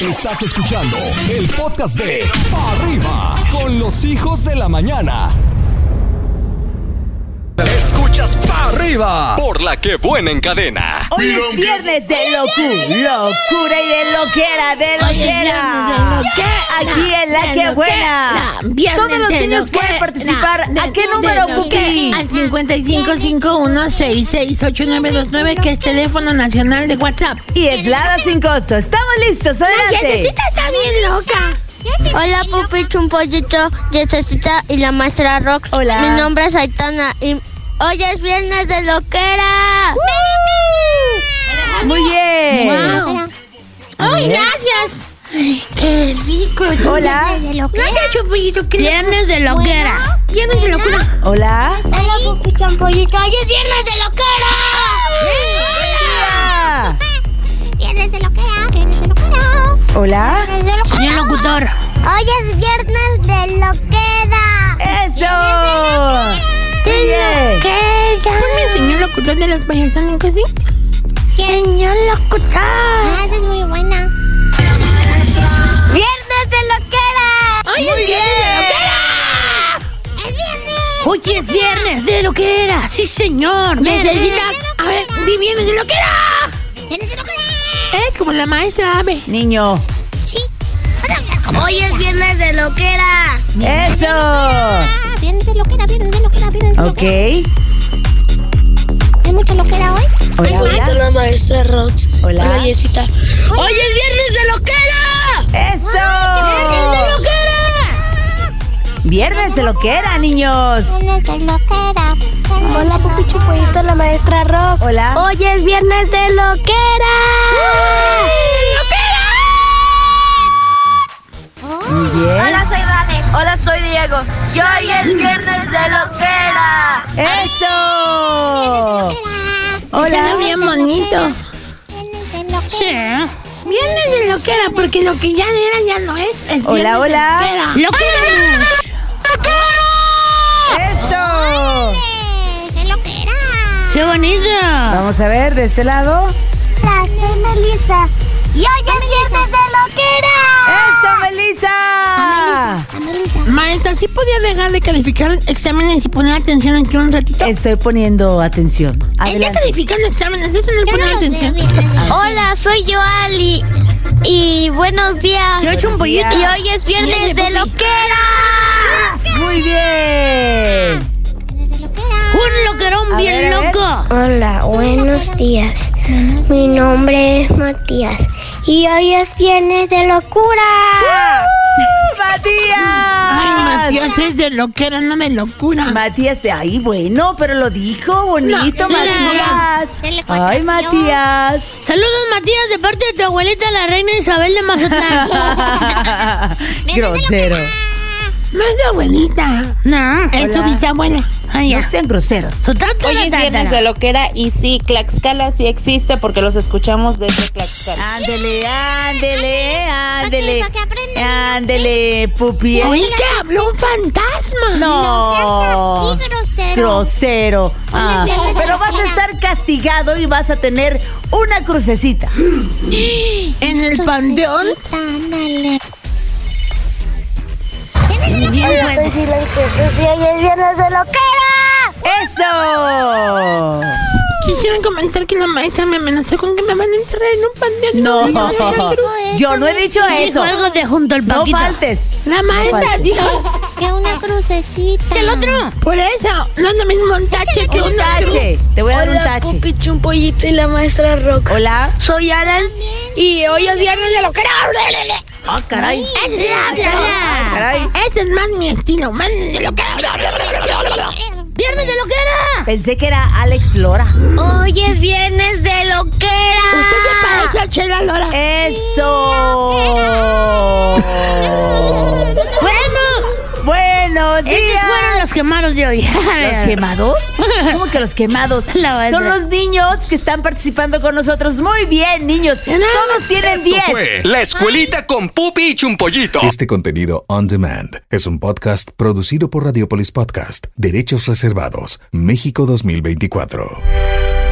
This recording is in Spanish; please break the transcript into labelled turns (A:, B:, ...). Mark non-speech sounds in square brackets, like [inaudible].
A: Estás escuchando el podcast de Pa' Arriba con los hijos de la mañana. Escuchas Pa' Arriba por la que buena en cadena.
B: Hoy es viernes de locu, locura y de loquera, de loquera. Aquí en La Que Buena. Todos los niños pueden participar. ¿A qué número, Pupi?
C: Al 5551668929, que es teléfono nacional de WhatsApp.
B: Y es Lara sin costo. Estamos listos, adelante.
C: Yesita está bien loca.
D: Hola Pupi Chumpollito, Yesesita y la maestra Rox.
B: Hola.
D: Mi nombre es Aitana y hoy es viernes de loquera.
B: Muy bien.
C: Wow. Ay, gracias. Qué rico.
B: Hola.
C: pues, Viernes de loquera. No chupullito, que Viernes de loquera. Viernes de loquera.
B: Hola.
D: Hola Pupi Chumpollito, hoy es viernes de loquera.
B: Hola.
D: Viernes de loquera, viernes de loquera.
B: Hola.
C: Señor locutor.
D: Hoy es viernes de loquera.
B: Eso. Muy bien.
C: ¿Qué? ¿Tú me enseñó el locutor de los payasanos en cosí? Señor locutor.
D: Ah, esa es muy buena. Viernes de loquera.
C: Hoy es viernes de loquera.
D: Es viernes.
C: Hoy es viernes de lo que era, sí señor. Necesitas. A ver, di viernes de lo que era.
D: Viernes de loquera.
C: Es como la maestra Ave.
B: Niño.
D: Sí. Hoy es viernes de loquera.
B: Eso.
D: Viernes de loquera, viernes de loquera, viernes de
B: Ok.
D: loquera. ¿Hay mucha loquera hoy?
B: Hola, hola.
E: la maestra Rox.
B: Hola.
E: Hola, Yesita. ¡Hoy es viernes de loquera!
B: Eso. Viernes de loquera, niños.
D: Viernes de loquera. Hola, Pupi
E: la maestra Rox.
B: Hola.
D: Hoy es viernes de loquera.
B: Muy bien.
E: soy Vane. Hola, soy Diego. Y hoy
F: Mm.
E: es viernes de loquera.
B: Eso.
C: Está
B: Hola.
C: bien bonito.
D: Viernes de loquera.
C: Sí. Viernes de lo que era, porque lo que ya era ya no es. es
B: Hola,
C: viernes
B: hola.
C: De lo que era.
B: Eso.
D: Viernes de loquera.
C: ¡Qué bonito!
B: Vamos a ver de este lado.
D: Soy Melissa. Y hoy es viernes de loquera.
B: Eso, Melissa.
C: Maestra, ¿sí podía dejar de calificar exámenes y poner atención aquí un ratito?
B: Estoy poniendo atención.
C: Ella
B: Adelante.
C: calificando exámenes, eso no le pone atención.
D: Hola, soy yo Ali. Y buenos días.
C: Yo he hecho un pollito.
D: Y hoy es
C: Viernes
D: viernes
C: de
D: de
C: Pupi.
D: loquera.
B: Muy bien.
C: Un loquerón
B: A
C: bien
B: ver, a ver.
C: loco.
D: Hola, buenos días. Mi nombre es Matías. Y hoy es viernes de
B: Ah.
D: locura.
C: Ay,
B: Matías.
C: Matías, es de loquera, no de locura.
B: Matías, de ahí, bueno, pero lo dijo bonito,
C: No, no,
B: Matías.
D: Se le fue
B: Ay,
D: campeón.
B: Matías.
C: Saludos, Matías, de parte de tu abuelita, la reina Isabel de [laughs] Mazatlán.
B: [laughs] Grosero.
C: No es de abuelita. No. Es tu
B: Hola.
C: bisabuela. Ah, ya.
B: No sean groseros.
C: Su tata,
F: Hoy
C: la
F: es
C: tata.
F: viernes de loquera y sí, Tlaxcala sí existe porque los escuchamos desde Tlaxcala.
B: Ándele, ándele, ándele.
D: para que aprenda, niño,
B: Ándele, pupi.
C: Oí que habló un fantasma.
B: No. Grosero. Ah,
D: viernes de
B: pero vas a
D: loquera.
B: estar castigado y vas a tener una crucecita.
C: En el panteón.
B: pues,
C: Bien bueno.
D: hoy es viernes de loquera.
B: ¡Eso!
C: Quisieron comentar que la maestra me amenazó con que me van a enterrar en un panteón.
B: No,
C: Me van a enterrar.
B: yo no he dicho
C: [laughs]
B: eso.
C: de junto al
B: No faltes.
C: La maestra
B: faltes.
C: dijo.
D: Que una crucecita.
C: El otro. Por eso. No es lo mismo un tache que
B: Un
C: un
B: tache. Te voy a dar un tache.
E: un pollito y la maestra Rox.
B: Hola.
E: Soy Alan. Y hoy es viernes de loquera.
B: Ah, caray. Ah, caray.
C: Ese es más mi estilo. Más de lo que Viernes de lo que era.
B: Pensé que era Alex Lora.
D: Hoy es viernes de loquera.
C: Usted se parece a Chela Lora.
B: Eso.
C: Bueno,
B: Buenos días.
C: los quemados de [laughs] hoy.
B: ¿Los quemados? ¿Cómo que los quemados?
C: [laughs] La verdad.
B: Son los niños que están participando con nosotros. Muy bien, niños. Todos tienen 10.
C: pues.
A: La escuelita con Pupi y Chumpollito.
G: Este contenido on demand es un podcast producido por Radiopolis Podcast, Derechos Reservados, México 2024.